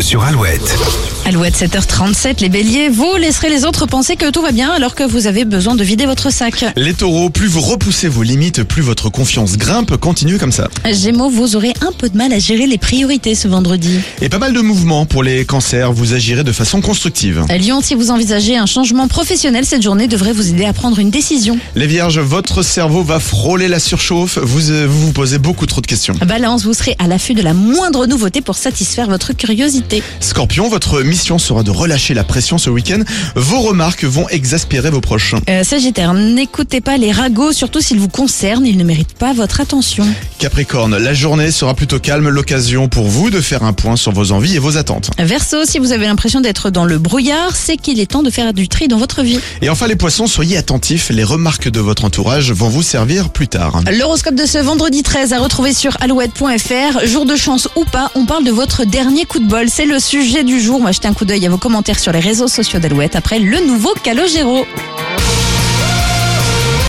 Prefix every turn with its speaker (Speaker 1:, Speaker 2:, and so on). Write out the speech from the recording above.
Speaker 1: sur Alouette.
Speaker 2: Alouette 7h37, les béliers, vous laisserez les autres penser que tout va bien alors que vous avez besoin de vider votre sac.
Speaker 3: Les taureaux, plus vous repoussez vos limites, plus votre confiance grimpe, continue comme ça.
Speaker 2: Gémeaux, vous aurez un peu de mal à gérer les priorités ce vendredi.
Speaker 3: Et pas mal de mouvements pour les cancers, vous agirez de façon constructive.
Speaker 2: Lyon, si vous envisagez un changement professionnel, cette journée devrait vous aider à prendre une décision.
Speaker 3: Les vierges, votre cerveau va frôler la surchauffe, vous euh, vous, vous posez beaucoup trop de questions.
Speaker 2: Balance, vous serez à l'affût de la moindre nouveauté pour satisfaire votre curiosité.
Speaker 3: Scorpion, votre mission sera de relâcher la pression ce week-end, vos remarques vont exaspérer vos proches.
Speaker 2: Euh, Sagittaire, n'écoutez pas les ragots, surtout s'ils vous concernent, ils ne méritent pas votre attention.
Speaker 3: Capricorne, la journée sera plutôt calme, l'occasion pour vous de faire un point sur vos envies et vos attentes.
Speaker 2: Verseau, si vous avez l'impression d'être dans le brouillard, c'est qu'il est temps de faire du tri dans votre vie.
Speaker 3: Et enfin les poissons, soyez attentifs, les remarques de votre entourage vont vous servir plus tard.
Speaker 2: L'horoscope de ce vendredi 13 à retrouver sur alouette.fr. Jour de chance ou pas, on parle de votre dernier coup de bol. C'est le sujet du jour. On va jeter un coup d'œil à vos commentaires sur les réseaux sociaux d'Alouette après le nouveau Calogero.